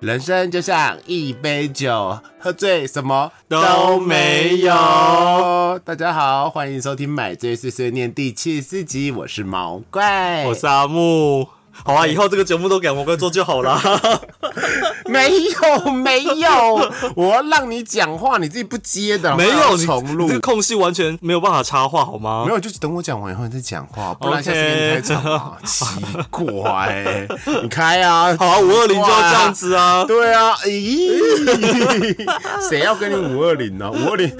人生就像一杯酒，喝醉什么都没有。大家好，欢迎收听《买醉碎碎念》第七十四集，我是毛怪，我是阿木。好啊，以后这个节目都给毛怪做就好啦。没有没有，我要让你讲话，你自己不接的， 没有你重你录这个。空隙完全没有办法插话，好吗没？有，就是等我讲完以后你再讲话，不然 OK 下次给你开场啊。奇怪、欸你开啊！好啊，五二零就要这样子啊。对啊，咦，谁要跟你五二零呢？五二零，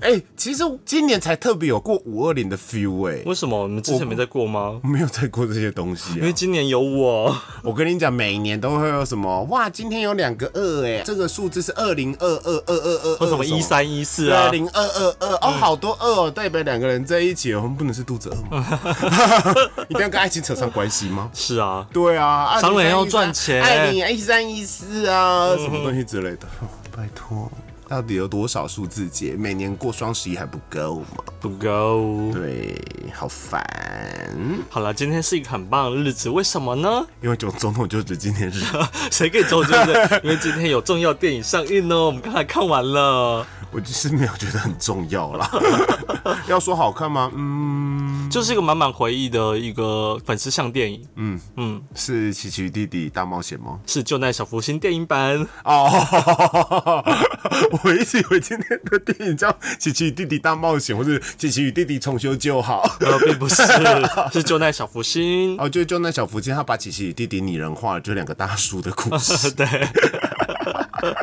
哎，其实今年才特别有过五二零的 feel 哎、为什么你们之前没在过吗？没有在过这些东西、因为啊，今年有我，我跟你讲，每年都会有什么哇？今天有两个二哎、这个数字是二零二二二二二，或什么一三一四对啊，零二二二哦，好多二哦，代表两个人在一起，我们不能是肚子饿吗？一定要跟爱情扯上关系吗？是啊，对啊，商人要赚钱爱啊你一三一四啊，什么东西之类的，拜托。到底有多少数字节？每年过双十一还不够吗？不够。对，好烦。好了，今天是一个很棒的日子，为什么呢？ 因为总总统就职今天 是，谁给周杰 伦？因为今天有重要电影上映哦，我们刚才看完了，我就是没有觉得很重要 啦。要说好看吗？嗯，就是一个满满回忆的一个粉丝向电影，是《奇奇与弟弟大冒险》吗？是《救难小福星》电影版。哦， 我一直以为今天的电影叫《奇奇与弟弟大冒险》或者《奇奇与弟弟重修旧好》。呃，并不是，是救难小福星。，哦，就就那小福建，他把琪琪与弟弟拟人化了，就两个大叔的故事 对，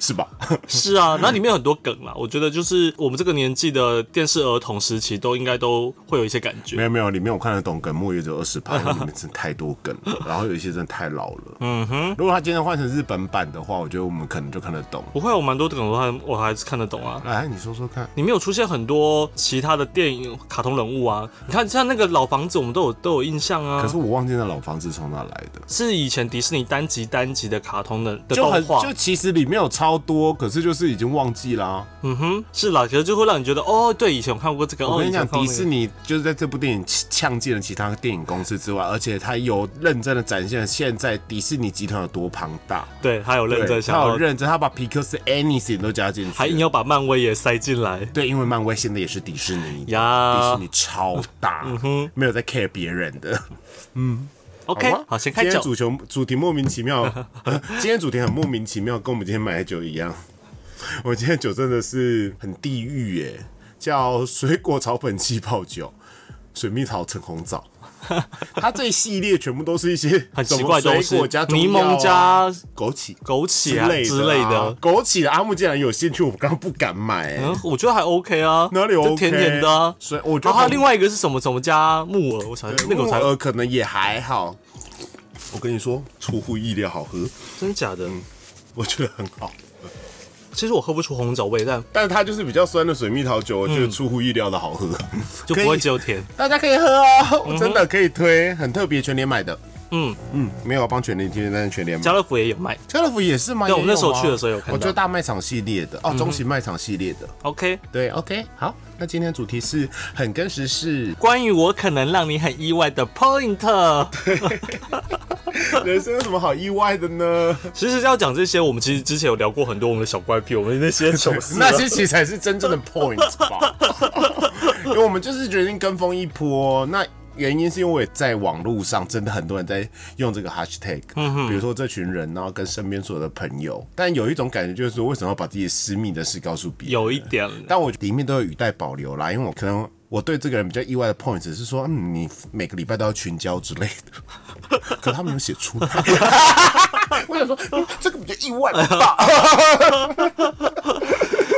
是吧？是啊，那里面有很多梗啦，我觉得就是我们这个年纪的电视儿童时期，都应该都会有一些感没觉。有没有，里面我看得懂梗，木也只有二十趴，因为里面真的太多梗了，然后有一些真的太老了。嗯哼，如果他今天换成日本版的话，我觉得我们可能就看得懂。哎不会，有蛮多梗的话，我还是看得懂啊。来，你说说看，里面有出现很多其他的电影卡通人物啊，你看像那个老房子，我们都有都有印象啊。可是我忘记那老房子从哪来的，是以前迪士尼单集单集的卡通的的就很动画就，其实里面有超多，可是就是已经忘记啦、嗯哼，是啦，可是就会让你觉得哦，对，以前有看过这个，我哦，跟以你前有讲，看过迪那士个。尼就是在这部电影呛进了其他电影公司之外，而且他有认真的展现了现在迪士尼集团有多庞大。对，他有认真对想他有要，认真，他把皮克斯 anything 都加进去，还硬要把漫威也塞进来。对，因为漫威现在也是迪士尼，迪呀嗯士尼超大，没有在 care 别人的。 OK，吗好，先开今天酒。主球主题莫名其妙， 呃今天主题很莫名其妙，跟我们今天买的酒一样。我今天酒真的是很地狱耶，叫水果草本气泡酒，水蜜桃橙红 枣。它这一系列全部都是一些很什奇么怪的东西水果加中药啊柠檬加枸杞枸杞啊之类啊的。枸杞的阿木竟然有兴趣，我刚刚不敢买、欸。嗯，我觉得还 OK 啊，哪里 OK？就甜甜的、啊。所以我觉得然后还有很另外一个是什么？什么加木耳？我想那个我木才耳呃可能也还好。我跟你说，出乎意料好喝，真假的。嗯我觉得很好。其实我喝不出红枣味，但但它就是比较酸的水蜜桃酒，我觉得出乎意料的好喝，嗯就不会嗯只有甜。大家可以喝哦，我真的可以推，很特别，全年买的。嗯嗯，没有帮全年推，但是全年买家。乐福也有卖。家乐福也是吗？对我也有那时候吗去的时候有看到嗯我觉得大卖场系列的哦，中型卖场系列的， OK，对，OK，好，那今天主题是很跟时 事，关于我可能让你很意外的 point， 人生有什么好意外的呢？其实要讲这些，我们其实之前有聊过很多我们的小怪癖，我们那些糗事啊。 那些其实才是真正的 point 吧，因为我们就是决定跟风一波。那原因是因为在网络上真的很多人在用这个 hashtag，、比如说这群人，然后跟身边所有的朋友，但有一种感觉就是说，为什么要把自己私密的事告诉别人？有一点，但我里面都有语带保留啦，因为我可能我对这个人比较意外的 point 是说，嗯，你每个礼拜都要群交之类的， 可他没有写出来。 我想说，嗯这个比较意外吧。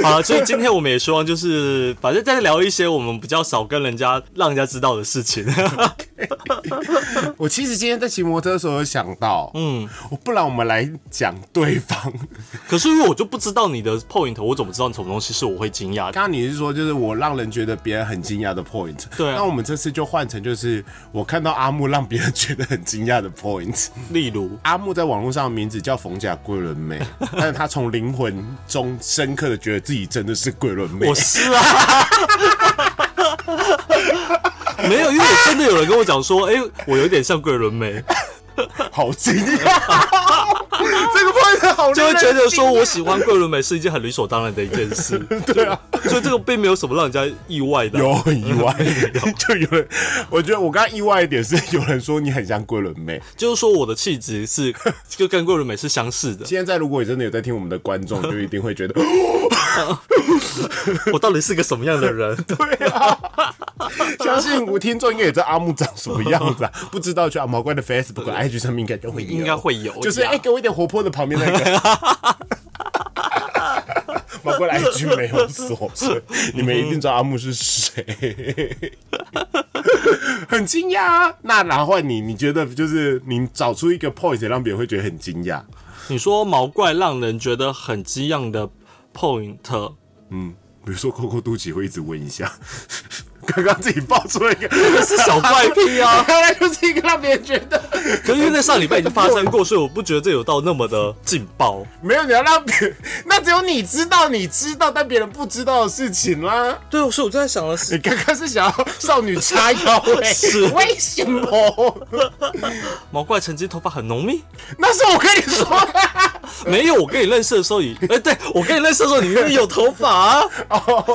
好了，所以今天我们也希望就是，反正再聊一些我们比较少跟人家让人家知道的事情。我其实今天在骑摩托车的时候有想到，嗯，我不然我们来讲对方。 可是因为我就不知道你的 point，我怎么知道你什么东西是我会惊讶的？刚刚你是说，就是我让人觉得别人很惊讶的 point，对啊那我们这次就换成就是我看到阿木让别人觉得很惊讶的 point。 例如，阿木在网络上的名字叫冯甲桂纶 镁，但是他从灵魂中深刻的觉得自己真的是桂纶镁我。是啊， 没有，因为真的有人跟 我讲说，哎、我有点像桂纶镁， 好惊讶！这好欸就会觉得说我喜欢欢桂纶镁是一件很理所当然的一件 事，对啊，所以这个并没有什么让人家意外的啊、有很意外， 就有人，我觉得我刚刚意外一点是有人说你很像桂纶镁。就是说我的气质是 就跟桂纶镁是相似的，现在如果真的有在听我们的观众，就一定会觉得，我到底是个什么样的人？对啊，相信我听众应该也知道阿木长什么样 子啊，不知道去阿毛怪的 Facebook、IG 上面应该就会有 应该会 有就是呀哎、给我一点活泼的旁边那 个。毛怪的 IG 没有锁，所以你们一定知道阿木是谁， 很惊讶啊。那然后你，你觉得就是你找出一个 pose 让别人会觉得很惊讶，你说毛怪让人觉得很激样的 point，嗯，比如说扣扣肚脐会一直闻一下。刚刚自己爆出了一个， 是小怪癖啊！刚刚就是一个让别人觉得可是因为在上礼拜已经发生过，所以我不觉得这有到那么的劲爆。没有，你要让别人，那只有你知道你知道，但别人不知道的事情啦。对，所以我就在想的是你，刚刚是想要少女叉腰、欸，是为什么？毛怪曾经头发很浓密，那是我跟你说的。没有，我跟你认识的时候也，哎、对我跟你认识的时候，你明明有头发、啊。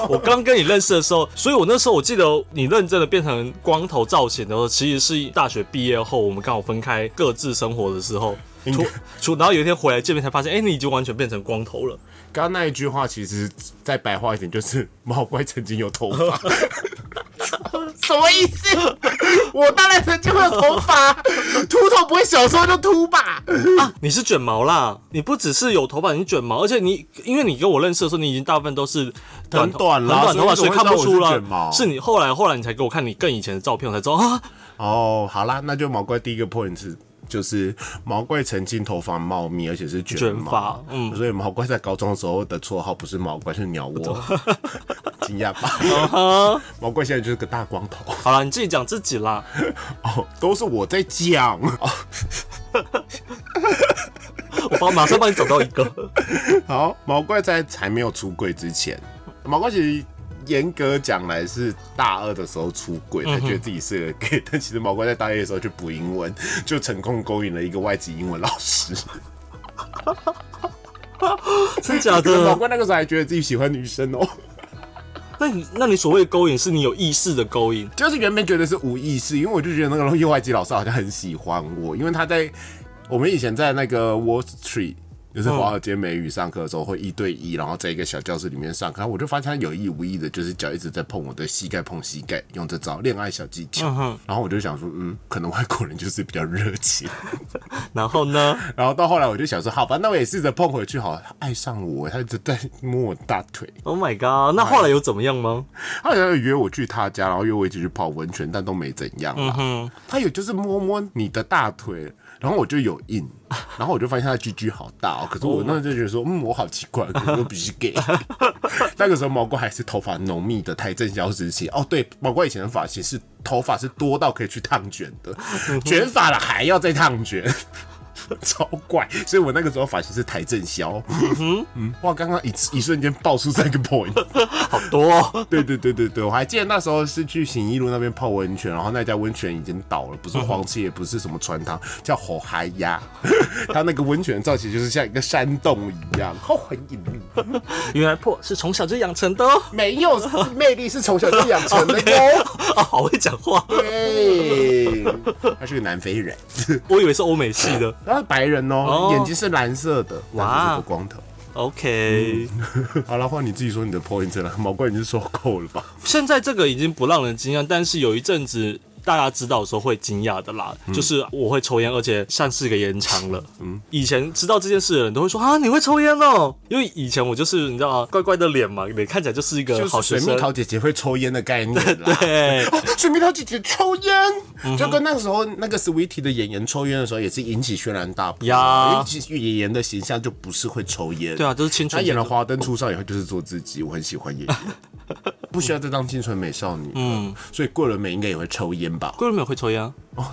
我刚跟你认识的时候，所以我那时候我记得你认真的变成光头造型的时候，其实是大学毕业后，我们刚好分开各自生活的时候。该出出，然后有一天回来见面才发现，哎、你已经完全变成光头了。刚刚那一句话，其实再白话一点，就是猫乖曾经有头发。什么意思？我当然曾经会有头发，啊秃头不会小时候就秃吧？ 你是卷毛啦，你不只是有头发，你卷毛，而且你因为你跟我认识的时候，你已经大部分都是短头短啦很短头发，所所以以你看怎么不会知道出我是来卷毛。是你后来后来你才给我看你更以前的照片，我才知道啊，哦，好啦，那就毛怪第一个 point 是。就是毛怪曾经头发茂密，而且是卷卷毛发，嗯所以毛怪在高中的时候的绰号不是毛怪，是鸟 窝，惊讶吧？哦毛怪现在就是个大光头，好了，你自己讲自己啦。哦，都是我在讲， 哦我帮马上帮你找 到一个。好，毛怪在还没有出柜之前，毛怪其实严格讲来是大二的时候出柜，嗯才觉得自己是个 gay，、但其实毛怪在大一的时候去补英文，就成功勾引了一个外籍英文老师。真假可能 毛的？怪那个时候还觉得自己喜欢女生哦，那你那你所谓勾引是你有意识的勾引，就是原本觉得是无意识，因为我就觉得那个右外籍老师好像很喜欢我，因为他在我们以前在那个 Wall Street。就是华尔街美语上课的时候会一对一，然后在一个小教室里面上课，然后我就发现他有意无意的，就是脚一直在碰我的膝盖，碰膝盖，用这招恋爱小技巧。然后我就想说，嗯，可能外国人就是比较热情。然后呢？然后到后来我就想说，好吧，那我也试着碰回去，好了，他爱上我，他一直在摸我大腿， Oh my god！那后来有怎么样吗？他好像有约我去他家，然后约我一起去泡温泉，但都没怎样啦。他有就是摸摸你的大腿，然后我就有 印，然后我就发现他的 GG 好大哦。可是我那时候就觉得说，嗯，我好奇怪，可是我必须 gay。那个时候毛怪还是头发浓密的台正宵时期。哦，对，毛怪以前的发型是头发是多到可以去烫卷 的，卷发了还要再烫卷。 超怪，所以我那个时候发型是台正宵。嗯，哇，刚刚一一瞬间爆出三个 point，好多、哦，对对对对对，我还记得那时候是去行义路那边泡温泉，然后那家温泉已经倒了，不是黄漆，也不是什么船汤，叫吼嗨呀。 它那个温泉造型就是像一个山洞一样，好很隐秘，原来破是从小就养成的哦。没有魅力是从小就养成 的 OK 哟。啊，好会讲话，对，他是个南非人，我以为是欧美系 的。他是白人哦，哦眼睛是蓝色的，哇，哇是个光头。 OK，、好了，换你自己说你的 point 了，毛怪已经说够了吧？现在这个已经不让人惊讶，但是有一阵子。大家知道的时候会惊讶的啦，嗯就是我会抽烟，而且算是个烟枪了。嗯，以前知道这件事的人都会说啊，你会抽烟哦，因为以前我就是你知道啊，乖乖的脸嘛，脸看起来就是一就个呃好是学水生蜜。桃姐姐会抽烟的概念啦。 对，哦， 水蜜桃姐姐抽烟，嗯就跟那个时候那个 Sweetie 的演员抽烟的时候，也是引起轩然大波啊。呀因为其实演员的形象就不是会抽烟，对啊，就是青他春期演了《华灯初上》以后就是做自己，我很喜欢 演员，不需要再当清纯美少女。嗯，所以桂纶镁应该也会抽烟吧？桂纶镁会抽烟啊哦，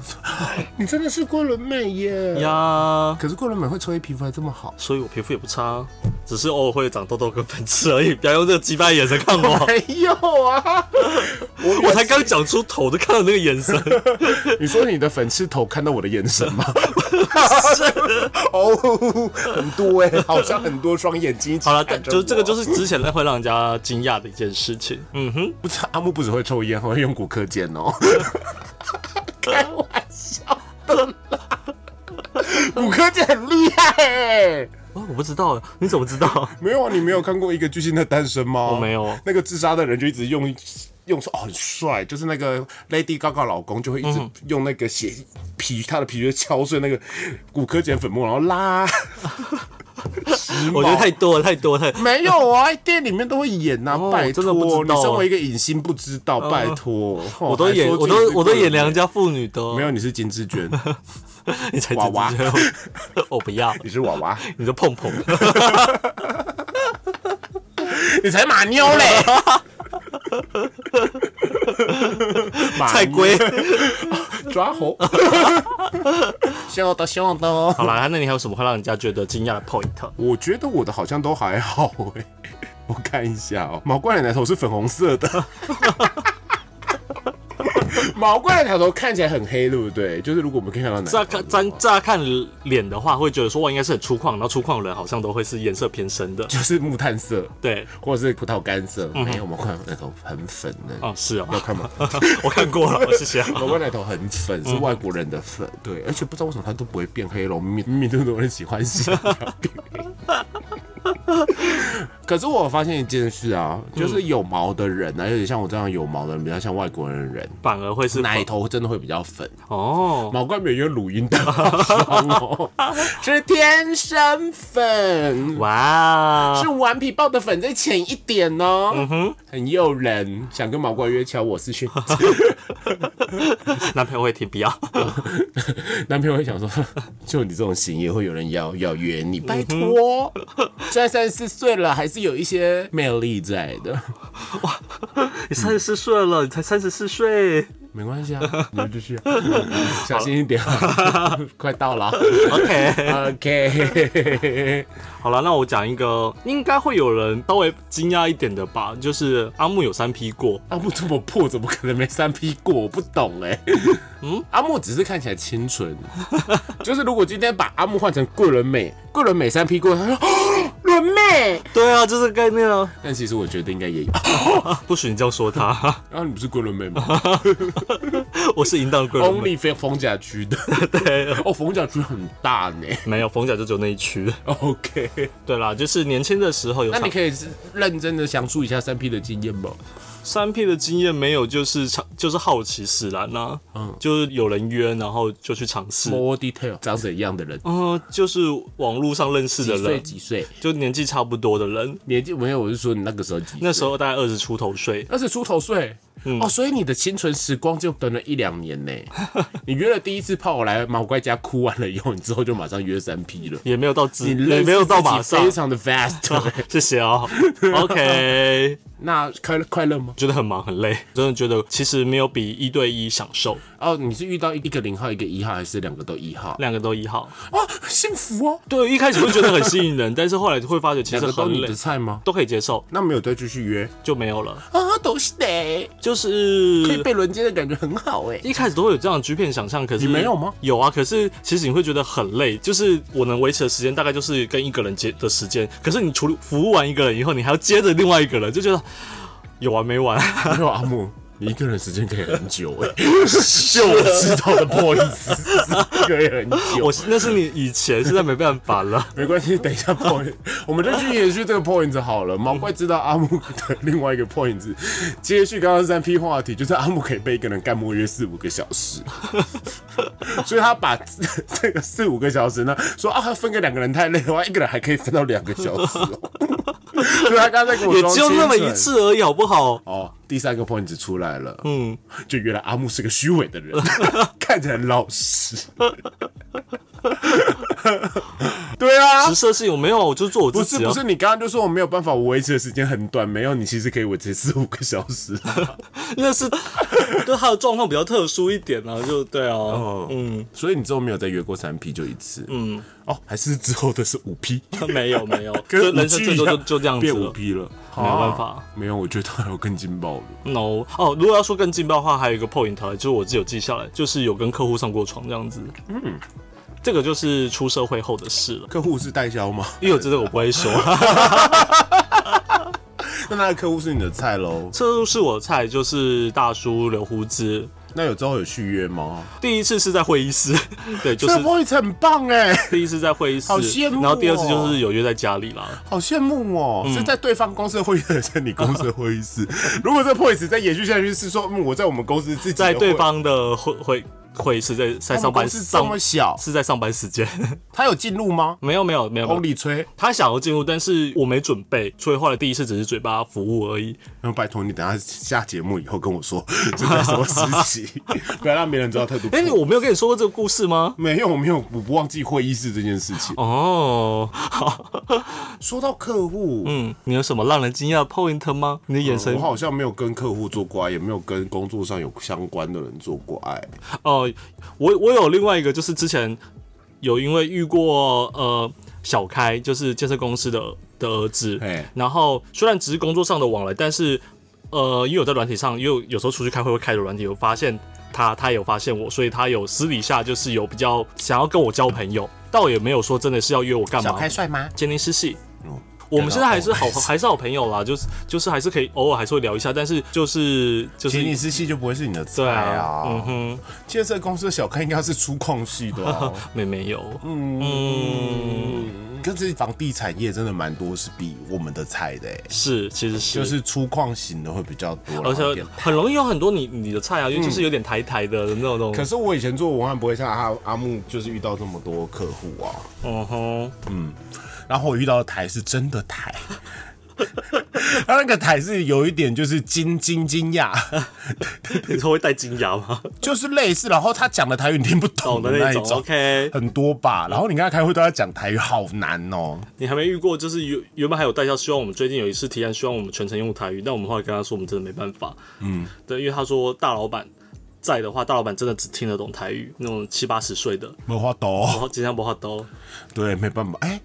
你真的是桂纶镁耶！呀，可是桂纶镁会抽烟，皮肤还这么好，所以我皮肤也不差啊。只是偶尔会长痘痘跟粉刺而已，不要用这个鸡巴眼神看 我。没有啊，我 我才刚讲出头，就看到那个眼神，你说你的粉刺头看到我的眼神 吗？是哦，很多哎、好像很多双眼睛一起好了，看但着就这个我就是之前会让人家惊讶的一件事情。嗯哼，不是阿木不只会抽烟，还会用骨科剪 哦。 开玩笑的啦，骨科剪很厉害哎、哦，我不知道，你怎么知道？没有啊，你没有看过一个巨星的诞生吗？我没有那个自杀的人就一直用用说哦很帅，就是那个 Lady Gaga 老公就会一嗯直用那个血皮，他的皮就敲碎那个骨科碱粉末，然后拉。时髦 我觉得太多了，太多了。太没有啊，电影里面都会演呐、哦拜真的不托，知道你啊嗯身为一个影星不知道，拜托，哦我都还演，说我自己是都我都贵演人良家妇女的哦，没有，你是金志娟， 你才娃娃知道 我不要，你是娃娃，你就碰碰。 你才马妞 嘞，马菜龟。抓猴，笑的笑的。 好啦，那你还有什么会让人家觉得惊讶的 point？我觉得我的好像都还好哎、 我看一下哦、毛怪的奶头是粉红色 的。毛怪的奶头看起来很黑，对不对？就是如果我们可以看到奶头乍的话看乍乍看脸的话，会觉得说我应该是很粗犷，然后粗犷人好像都会是颜色偏深的。就是木炭色，对，或者是葡萄干色。没有毛怪的奶头很粉呢、哦，是哦，要看吗？ 我看过 了，谢谢啊。毛怪奶头很粉，是外国人的粉，对，而且不知道为什么它都不会变 黑了，明明明这么多人喜欢洗，它变黑可是我发现一件事啊，就是有毛的人啊，有点像我这样有毛的人，比较像外国人的人，反而会是奶头真的会比较粉，哦，毛怪没有乳晕的，好香哦 是天生粉。哇哦是，顽皮豹的粉再浅一点哦，嗯哼，很诱人。想跟毛怪约桥，我是 去。男朋友会听不要，男朋友会想说， 就你这种型也会有人要要约你，拜托。现在三十四岁了，还是有一些嗯魅力在的，你三十四岁了，你才三十四岁。没关系啊，你们继 续啊、小心一点啊，快到了啊。啊 OK， OK， 好了，那我讲一个，应该会有人稍微惊讶一点的吧，就是阿木有三 P 过，阿木这么破，怎么可能没三 P 过？我不懂哎、嗯，阿木只是看起来清纯，就是如果今天把阿木换成桂纶镁，桂纶镁三 P 过，他说 哦纶镁，对啊，就是概念啊，但其实我觉得应该也有。不许你这样说他， 然、啊、后你不是桂纶镁吗？ 我是淫荡贵人， Only 非逢甲区的，对， 哦，逢甲区很大呢。 没有冯甲就只有那一区， OK，对啦，就是年轻的时候有那尝你可以认真的详述一下三 P 的经验吗？三 P 的经验没有，就是尝就是好奇使然呐、嗯，就是有人约，然后就去尝试， More detail，长怎样的人？嗯、就是网络上认识的几岁？人，几岁？就年纪差不多的人，年纪没有，我是说你那个时候几岁？那时候大概二十出头岁，二十出头岁。哦，所以你的清纯时光就等了一两年 呢。你约了第一次炮来毛怪家哭完了以后，你之后就马上约三 P 了。也没有到 自，你也没有到马上非。常的 fast 欸。 谢谢哦，OK，那快快乐吗？觉得很忙很累，真的觉得其实没有比一对一享受，哦，你是遇到一个零号，一个一号，还是两个都一 号？两个都一号。哦，幸福哦。对，一开始会觉得很吸引人，但是后来会发觉其两实个都很你累的，菜吗？都可以接受，那没有再继续约就没有了。啊，都是的，就是被轮奸的感觉很好哎。一开始都会有这样的 G 片想象，可是你没有吗？有啊，可是其实你会觉得很累，就是我能维持的时间大概就是跟一个人接的时间，可是你除了服务完一个人以后，你还要接着另外一个人，就觉得有完没完。 没有阿木，你一个人时间可以很久哎， 就我知道的 point 可以很久啊我。那是你以前，现在没办法了。没关 系，等一下 point，我们就去延续这个 point 好了。毛怪知道阿木的另外一个 point，接续刚刚三 P 话题，就是阿木可以被一个人干摸约四五个小 时，所以他把这个四五个小时呢，说啊分给两个人太累的话，一个人还可以分到两个小时 哦。所以他刚才跟 我也说，只有那么一。次而已，好不好？哦，第三个 point 出来了，嗯，就原来阿木是个虚伪的 人， 看起来很老实。对对啊实，设性我没有，我就做我不自是己啊。不是，你刚刚就说我没有办法，我维持的时间很短，没有，你其实可以维持四五个小 时。那是 就他的状况比较特殊一点啊，就对啊，嗯，所以你之后没有再约过三 P 就一次，嗯，哦，还是之后的是五 P，没有没有，跟就 5G 人生一最多就样就这样子变五了。 P 了，没有办法啊没有，我觉得还有更劲爆的， No，哦，如果要说更劲爆的话，还有一个 point，就是我自己有记下来，就是有跟客户上过床这样子。嗯，这个就是出社会后的事了。客户是代销吗？因为我真的我不会 说，那他的客户是你的菜喽？这就是我的菜，就是大叔留胡子。那有之后有续约吗？第一次是在会议室， 对，就这是 voice 很棒哎，第一次在会议室，好羡慕哦然后第二次就是有约在家里啦。 好羡慕哦！嗯是在对方公司的会议室，还是在你公司的会议 室？如果这 voice 再延续下去，是说嗯我在我们公司自己的在会对方的会会会是在在他上们班公司这上么小，是在上班时间， 他有进入吗？没有没有没有，没欧有里吹，他想要进入，但是我没准备，所以后来第一次只是嘴巴服务而已。那拜托你等下下节目以后跟我 说这在什么时 期，不要让别人知道太多。哎、我没有跟你说过这个故事吗？没有没有，我不忘记会议室这件事情。哦，好，说到客户，嗯，你有什么让人惊讶的 point 吗？你的眼神我好像没有跟客户做过爱，也没有跟工作上有相关的人做过爱。哦、我我有另外一个，就是之前有因为遇过呃小开，就是建设公司的的儿子嘿，然后虽然只是工作上的往来，但是呃，因为我在软体上，因为我有时候出去开会会开着软体，我发现他他也有发现我，所以他有私底下就是有比较想要跟我交朋友，倒也没有说真的是要约我干嘛，帅吗？鉴定失系。嗯我们现在还是好感到还是好朋友啦，就是就是还是可以偶尔还是会聊一下，但是就是就其实你是是系就不会是你的菜对啊啊，。嗯哼，建设公司的小开应该是出矿系的、 啊，没没有，嗯，可是房地产业真的蛮多是比我们的菜的、欸，是其实是就是出矿型的会比较多，而然后且变很容易有很多你你的菜啊，尤其是有点台台的那嗯种可是我以前做文案不会像阿阿木，就是遇到这么多客户啊。嗯哼，然后我遇到的台是真的台， 他那个台是有一点就是惊惊惊讶， 你说会戴金牙吗？ 就是类似，然后他讲的台语你听不懂懂的的那那一种。种， OK，很多吧。然后你跟他开会都要讲台语，好难哦、你还没遇过，就是原原本还有代销，希望我们最近有一次提案，希望我们全程用台语，但我们后来跟他说，我们真的没办法。嗯，对，因为他说大老板在的话，大老板真的只听得懂台语，那种七八十岁的，没话懂。然后经常不话都对，没办法。哎、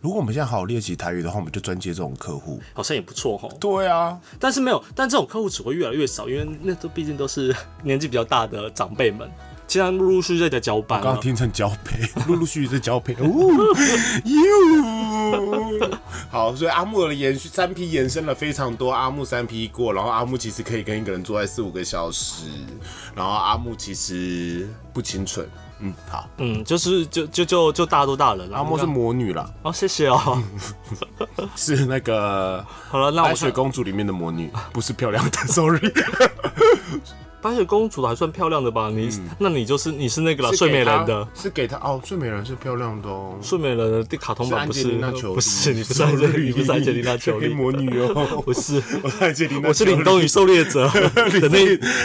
如果我们现在好好练习台语的话，我们就专接这种客户。好像也不错哈。对啊，但是没有，但这种客户只会越来越少，因为那都毕竟都是年纪比较大的长辈们，经常陆陆续续在交班、刚啊刚。听成交 配，陆陆续续在交配。哦，哟，好，所以阿木的延续三 P 延伸了非常多。阿木三 P 过，然后阿木其实可以跟一个人坐在四五个小时，然后阿木其实不清纯。嗯，好，嗯，就是就就就就大家都大人了。阿木是魔女 啦，哦，谢谢哦。是那个 好了，那嗯白我们雪公主里面的魔女，不是漂亮的 ，sorry。白雪公主还算漂亮的吧？你、那你就是你是那个啦，睡美人的是嗯给她哦，睡美人是漂亮的哦，睡美人的卡通版不是安吉丽娜裘丽，不是你不是安吉丽，你 不是安吉丽娜裘黑丽，魔女 哦，不是。我是安吉丽娜，我是凛冬与。狩猎者的那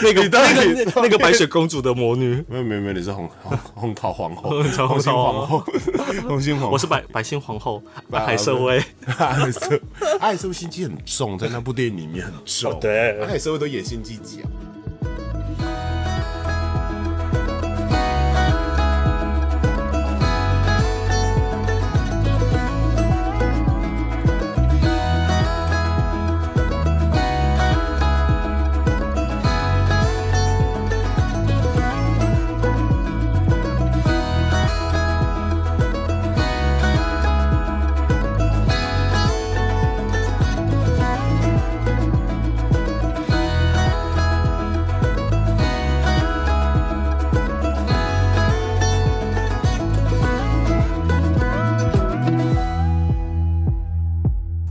那 个你到底那个那个白雪公主的魔女， 没有没有没有，你是红红红桃皇后， 红桃红心皇皇后， 红心皇后。我是白白星皇后，白社会。 爱社， 爱社会心机很重，在那部电影里面很重。 对爱社会都演心机几啊。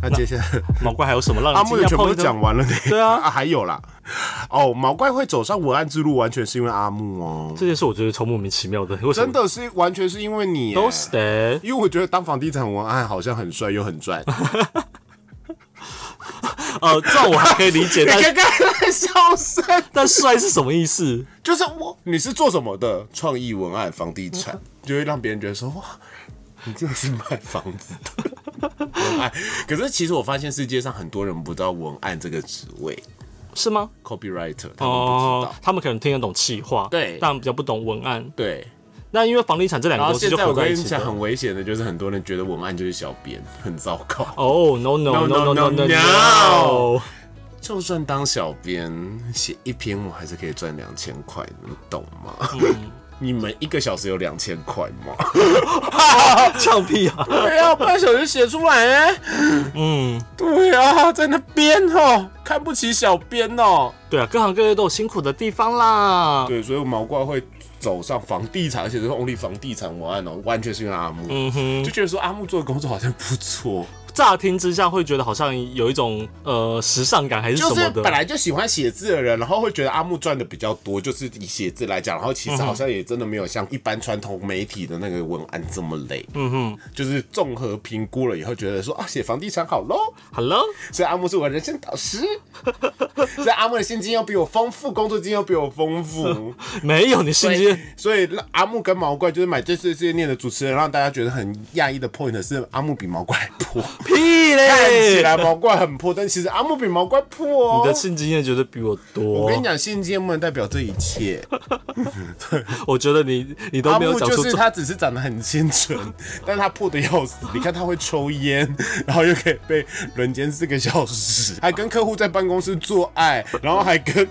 那接下来。毛怪还有什么让阿人木惊的讶？全部都碰一个讲完了呢。对啊还有啦，哦，毛怪会走上文案之路，完全是因为阿木哦， 这件事，我觉得超莫名其妙的。为什真么欸的是完全是因为你耶，都是的？因为我觉得当房地产文案好像很帅又很赚。 呃，这样我还可以理 解，但刚的笑声但帅是什么意思？嗯就是我，你是做什么的？创意文案、房地产，就会让别人觉得说哇，你真的是卖房子的 文案。可是其实我发现世界上很多人不知道文案这个职位是吗？ ，copywriter 他们不知哦道。，他们可能听得懂企划，对但比较不懂文案。对，那因为房地产这两然后个东西现就在我合在跟一你起讲，的。很危险的就是很多人觉得文案就是小编，很糟糕。哦、no no No, no no, no no, no no. 就算当小编写一篇，我还是可以赚两千块，你们懂吗？ 你们一个小时有两千块吗？呛屁啊！对啊，半小时写出来哎、嗯，对啊，在那边哦，看不起小编哦。对啊，各行各业都有辛苦的地方啦。对，所以毛怪会走上房地产，而且是 only 房地产文案哦，完全是因为阿木，嗯哼，就觉得说阿木做的工作好像不错，乍听之下会觉得好像有一种呃时尚感还是什就么是的，本来就喜欢写字的人，然后会觉得阿木赚的比较多，就是以写字来讲，然后其实好像也真的没有像一般传统媒体的那个文案这么累，嗯哼，就是综合评估了以后，觉得说啊，写房地产好喽， Hello，所以阿木是我人生导 师，所以阿木的薪金要比我丰富，工作经验要比我丰富。没有你所信不信以，所以让阿木跟毛怪就是买《最碎碎念》的主持人，让大家觉得很讶异的 point 是阿木比毛怪破，屁嘞！看起来毛怪很破，但其实阿木比毛怪破、哦。你的性经验绝对比我多。我跟你，讲，现金不能代表这一切。我觉得你你都阿没有木讲出就是重，他，只是长得很清纯，但他破的要 死。你看他会抽烟，然后又可以被轮奸四个小时，还跟客户在办公室做爱，然后还 跟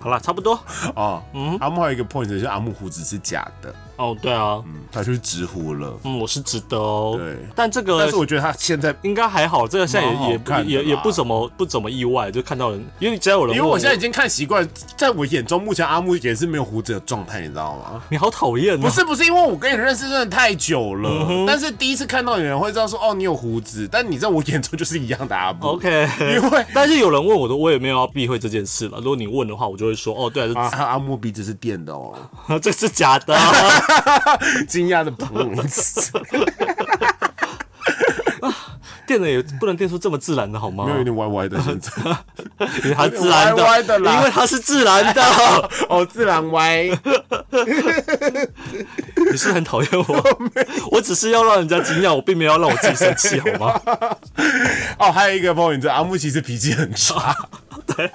好啦，差不多。哦，嗯阿木还有一个 point 就是阿木胡子是假的，哦，对啊，嗯他就是直胡了。嗯，我是值得哦。对但这个但是我觉得他现在应该还好，这个现在蛮好也看的也也也啦不怎么不怎么意外，就看到人，因为只要有人因问为我，我现在已经看习惯，在我眼中，目前阿木也是没有胡子的状态，你知道吗？你好讨厌、哦，不是不是，因为我跟你认识真的太久了，嗯但是第一次看到有人会知道说，哦，你有胡子，但你在我眼中就是一样的阿木。 OK，因为 但是有人问我的，我也没有要避讳这件事了。如果你问的话，我就会说，哦，对啊，啊，阿木鼻子是电的 哦，这这是假的。啊 惊讶的砰，电的也不能电出这么自然的好吗没？有有点歪歪的 现在，因为它自然的，歪歪的啦因为它是自 然的。哦，自然歪，你是不是很讨厌 我？我只是要让人家惊讶，我并没有要让我自己生气，好吗？哦，还有一个 point 是阿木其实脾气很差。对，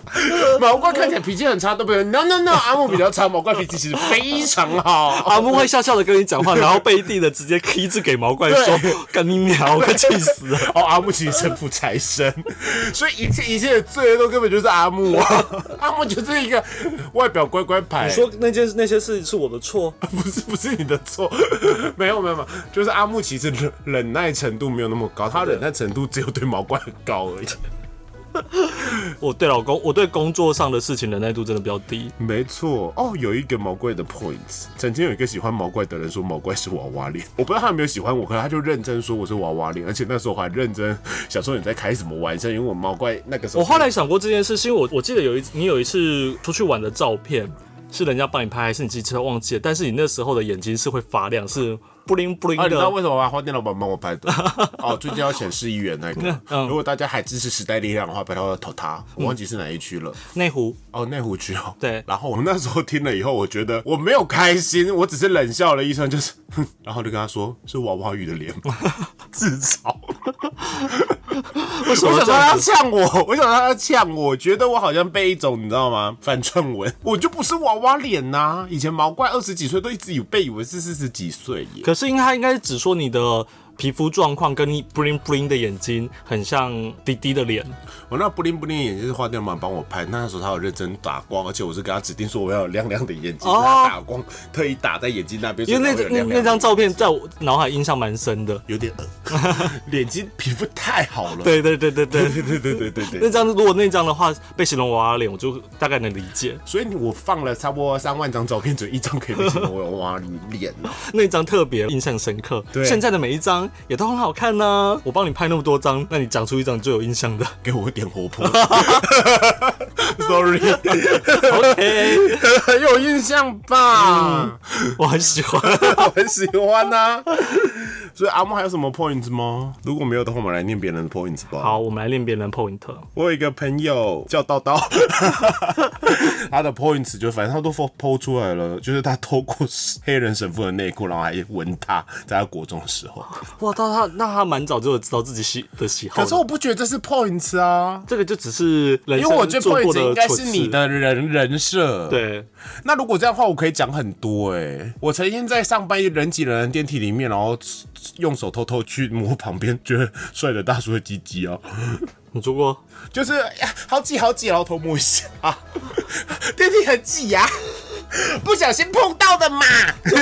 毛怪看起来脾气很差，对不对？No No No，阿木比较差，毛怪脾气其实非常好。 阿木会笑笑的跟你讲 话，然后背地的直接 K 字给毛怪说：“干你娘！”我快气死了。 哦，阿木其实身负财神，所以一切一切的罪恶都根本就是阿木啊！阿木就是一个外表乖乖牌，你 说那件那些事是我的错，不是不是你的错，没有没有没有，就是阿木其实忍忍耐程度没有那么高，他忍耐程度只有对毛怪很高 而已。我哦对老公，我对工作上的事情忍耐度真的比较低。没错，哦，有一个毛怪的 points，曾经有一个喜欢毛怪的人说毛怪是娃娃脸，我不知道他有没有喜欢我，可是他就认真说我是娃娃脸，而且那时候我还认真 想说你在开什么玩笑，因为我毛怪那个时候我后来想过这件事，是因为我我记得有一你有一次出去玩的照片，是人家帮你拍，还是你自己吃的忘记了？但是你那时候的眼睛是会发亮，是布灵布灵啊，你知道的。为什么吗？花店老板帮我拍 的。哦，最近要选市议员那嗯个。如果大家还支持时代力量的话，拜托投他。我忘记是哪一区了。内湖哦，内湖区哦。对然后我那时候听了以后，我觉得我没有开心，我只是冷笑了一声，就是， 哼，然后就跟他说是娃娃鱼的脸吗？ 自 嘲。为什我想么说这他样要子？呛 我，我想说他要呛我，觉得我好像被一种你知道吗？反串文，我就不是娃娃脸呐、以前毛怪二十几岁都一直以被以为是四十几岁耶。可是应该应该只说你的皮肤状况跟你布灵布灵的眼睛很像滴滴的脸，我那布灵布灵眼睛是花店老板帮我拍，那时候他有认真打光，而且我是给他指定说我要有亮亮的眼睛，哦让他打光，特意打在眼睛那边，因为那所以才会有那亮亮的那张照片在我脑海印象蛮深的。有点 恶，眼睛皮肤太好了。对对对对对。 对对对对对对那张如果那张的话被形容娃娃脸，我就大概能理解。所以你我放了差不多三万张照片，只有一张可以变成我有娃娃脸哦了。那一张特别印象深刻，对现在的每一张也都很好看呢、我帮你拍那么多张，那你讲出一张最有印象的。 给我一点活泼 ，sorry， OK，嗯很 有印象吧？ 我很喜欢。 我很喜欢呐、啊所以阿木还有什么 point 吗？如果没有的话，我们来念别人的 point 吧。好，我们来练别人的 point。我有一个朋友叫叨叨， 他的 points 就反正他都 po po 出来了，就是他偷过黑人神父的内裤，然后还闻他，在他国中的时候。哇，他他那他蛮早就有知道自己喜的喜好可了，是我不觉得这是 points 啊，这个就只是人因为我觉得生做过 points 应的该蠢是你事。的人人设。，对，那如果这样的话，我可以讲很多哎、我曾经在上半夜人挤人的电梯里面，然后用手偷偷去摸旁边觉得帅的大叔的鸡鸡啊。你做过？ 就是呀，好挤好挤，然后偷摸一下 啊，电梯很挤呀、不小心碰到的嘛，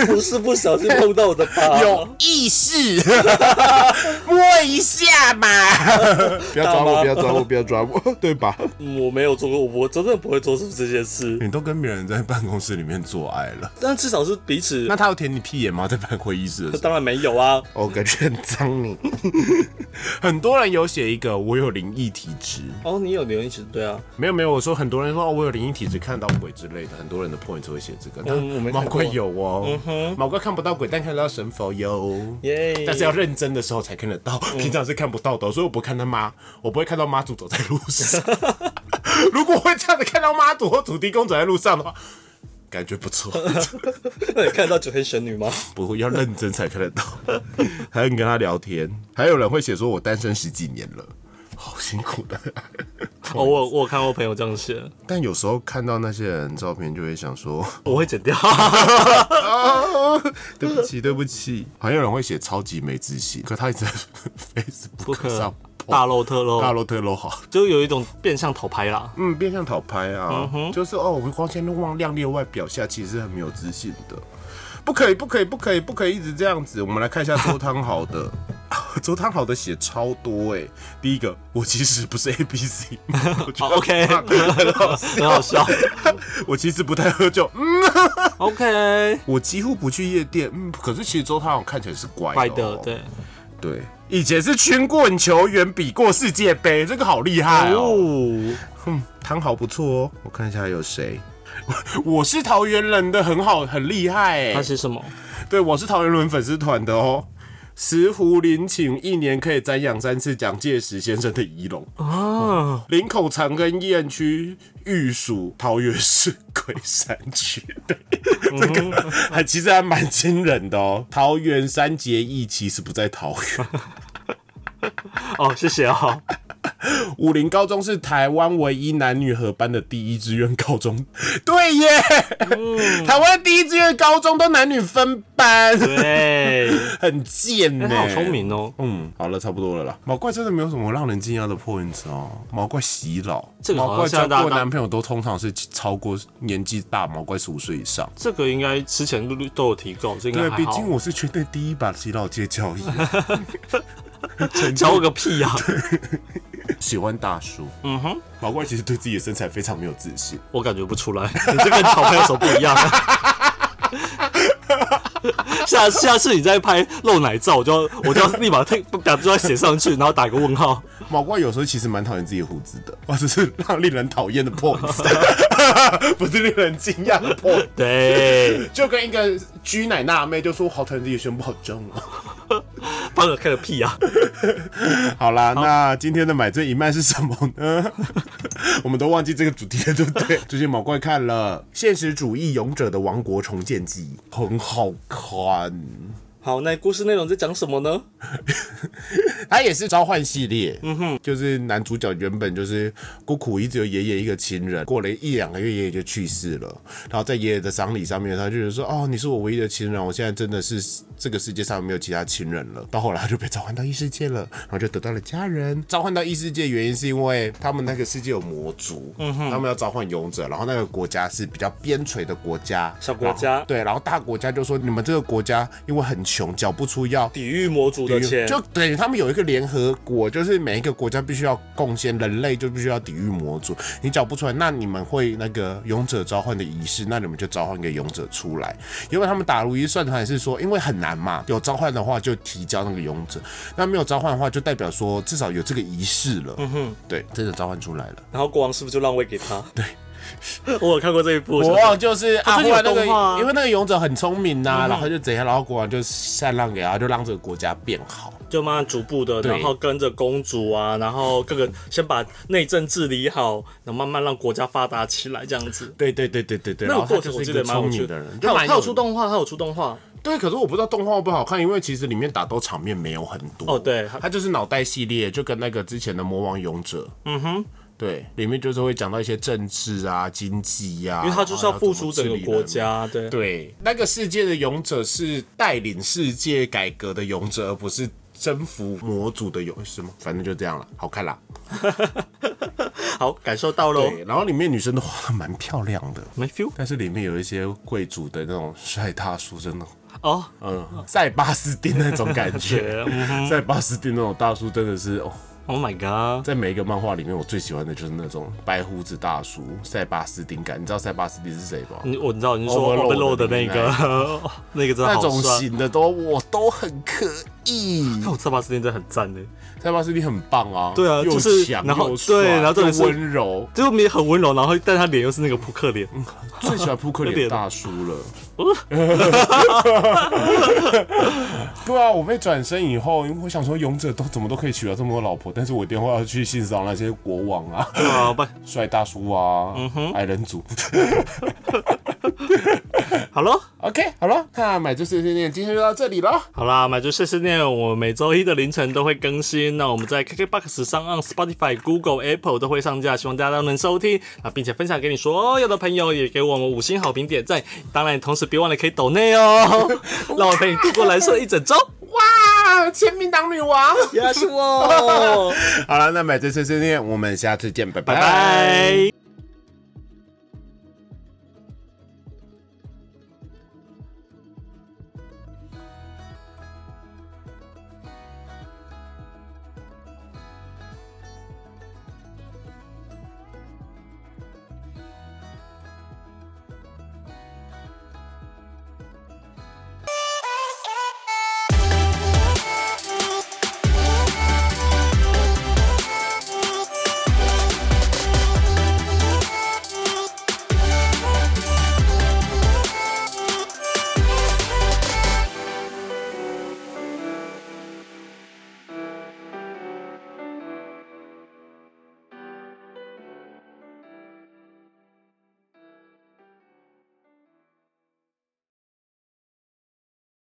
不是不小心碰到的 吧有意识，摸一下嘛， 不要抓我，不要抓我，不要抓我， 对吧？嗯我没有做过，我真的不会做出这些事。你都跟别人在办公室里面做爱了，但至少是彼此那，他有舔你屁眼吗？在办会议室的时候，当然没有啊。我哦感觉很脏你。很多人有写一个我有灵异体质，哦，你有留言其实对啊，没有没有，我说很多人说、哦、我有灵异体质，看得到鬼之类的，很多人的 point 会写这个。但我没毛看怪过有哦，毛怪看不到鬼，但看得到神佛哟。耶、但是要认真的时候才看得到，平常是看不到的，所以我不看他妈，我不会看到妈祖走在路上。 如果会这样子看到妈祖或土地公走在路上的话，感觉不错，那你看得到九天玄女吗？不会要认真才看得到。 还有你跟他聊天，还有人会写说我单身十几年了，好辛苦的。 哦，我我有看过朋友这样写，但有时候看到那些人照片，就会想说。 我会剪 掉。啊，对不起，对不起。还有人会写超级没自信，可他一直在 Facebook 上大大漏特漏，大楼特楼好，就有一种变相讨拍啦。嗯，变相讨拍啊，就是哦，我们光鲜亮亮丽的外表下，其实很没有自信的。不可以，不可以，不可以，不可以一直这样子。我们来看一下周汤豪的， 周汤豪的写超多哎、第一个，我其实不是 A B C，我觉得哦，OK 很棒很好笑很好 笑。 我其实不太喝酒，嗯， OK，我几乎不去夜店，嗯。可是其实周汤豪看起来是乖怪的哦、的，对。对，以前是圈棍球员比过世界杯，这个好厉害哦。哦，哼、汤好不错哦，我看一下还有谁。 我是桃园人的，很好，很厉害他哎。写什么？对，我是桃园人粉丝团的哦。石斛林寝一年可以瞻仰三次蒋介石先生的遗容。啊，林口长庚燕区玉属桃园市龟山区，对， 这个还其实还蛮惊人的哦。桃园三结义其实不在桃园，哦，谢谢哦。武林高中是台湾唯一男女合班的第一志愿高中， 对耶！台湾第一志愿高中都男女分班， 嗯对，很贱呢、哎他好聪。明哦。嗯，好了，差不多了啦。毛怪真的没有什么让人惊讶的 points 哦。毛怪洗脑，这个毛好像怪现在交大家过男朋友都通常是超过年纪大，毛怪十五岁以上。这个应该之前陆陆都有提过，这应对该，还毕好竟。我是全队第一把洗脑界交易，教我个屁啊呀、 喜欢大叔。嗯哼，毛怪其实对自己的身材非常没有自信。我感觉不出来， 你这跟讨拍有什么不一样、啊？ 下下次你再拍露奶照，我就要我就要立马 take 把就要写上去，然后打个问号。毛怪有时候其实蛮讨厌自己的胡子的， 哇，这是让令人讨厌 的 pose，不是令人惊讶的 pose。对，就跟一个居奶辣妹就说：“好讨厌自己的胸部，好重哦。帮我看个屁啊 呀、”好啦，那今天的买醉一脉是什么呢？ 我们都忘记这个主题了，对不 对？最近毛怪看了《现实主义勇者的王国重建记》，很好看。好，那故事内容在讲什么呢？它也是召唤系列，嗯哼，就是男主角原本就是孤苦一直有爷爷一个亲人，过了一两个月爷爷就去世了，然后在爷爷的丧礼上面，他就觉得说，哦，你是我唯一的亲人，我现在真的是这个世界上没有其他亲人了。到后来他就被召唤到异世界了，然后就得到了家人。召唤到异世界原因是因为他们那个世界有魔族，嗯哼，他们要召唤勇者，然后那个国家是比较边陲的国家，小国家然后对，然后大国家就说你们这个国家因为很穷，缴不出要抵御魔族的钱，就等于他们有一个联合国，就是每一个国家必须要贡献，人类就必须要抵御魔族。你找不出来，那你们会那个勇者召唤的仪式，那你们就召唤一个勇者出来。原本他们打如意算盘是说，因为很难嘛， 有召唤的话就提交那个勇者，那没有召唤的话就代表说至少有这个仪式了。嗯哼，对，真的召唤出来了。然后国王是不是就让位给他？ 我有看过这一部，国想王就是啊，嗯他后来那真的有个动画啊因为那个勇者很聪明呐、然后就怎样，然后国王就禅让给他，就让这个国家变好。就慢慢逐步的，对然后跟着公主啊，然后各个先把内政治理好，然后慢慢让国家发达起来，这样子。对对对对对对，那然个后他过就程是我一记个得蛮有聪趣明的的人，，他有蛮他有出动画，他有出动画，对，可是我不知道动画不好看，因为其实里面打斗场面没有很多。哦对它就是脑袋系列，就跟那个之前的魔王勇者，嗯哼，对，里面就是会讲到一些政治啊、经济呀、因为他就是要然后付啊怎么出整治个理国人民。家，对。对，那个世界的勇者是带领世界改革的勇者，而不是征服魔族的勇士吗？反正就这样了，好看啦。好，感受到喽，对，然后里面女生都画的蛮漂亮的，没 feel 但是里面有一些贵族的那种帅大叔，真的哦，嗯，塞巴斯汀那种感觉是 嗯，塞巴斯汀那种大叔真的是哦， Oh my god！在每一个漫画里面，我最喜欢的就是那种白胡子大叔塞巴斯汀感。你知道塞巴斯汀是谁吗？你我知道你是说 Overlord overload 的的那个， 那个真的那好种帅。哦型的都我都很可以， 那我塞巴斯汀真的很赞呢，塞巴斯汀很棒啊，对啊又就是强然后又帅对然后重点是又温柔，就没很温柔，然后但他脸又是那个扑克 脸，最喜欢扑克有脸点大叔了。 对啊，我被转身以后，因为我想说勇者都怎么都可以娶到这么多老婆，但是我一定会要去欣赏那些国王啊、 对啊，不，帅大叔啊、矮人族。好喽。 OK，好了，那买醉碎碎念今天就到这里了。好啦，买醉碎碎念，我们每周一的凌晨都会更新。那我们在 KKBOX 上、on Spotify、Google、Apple 都会上架，希望大家都能收听啊，并且分享给你所有的朋友，也给我们五星好评点赞。当然，同时别忘了可以抖内哦，让我陪你度过蓝色的一整周。哇，签名党女 王！也是哦，好了，那买醉碎碎念，我们下次见，拜 拜拜。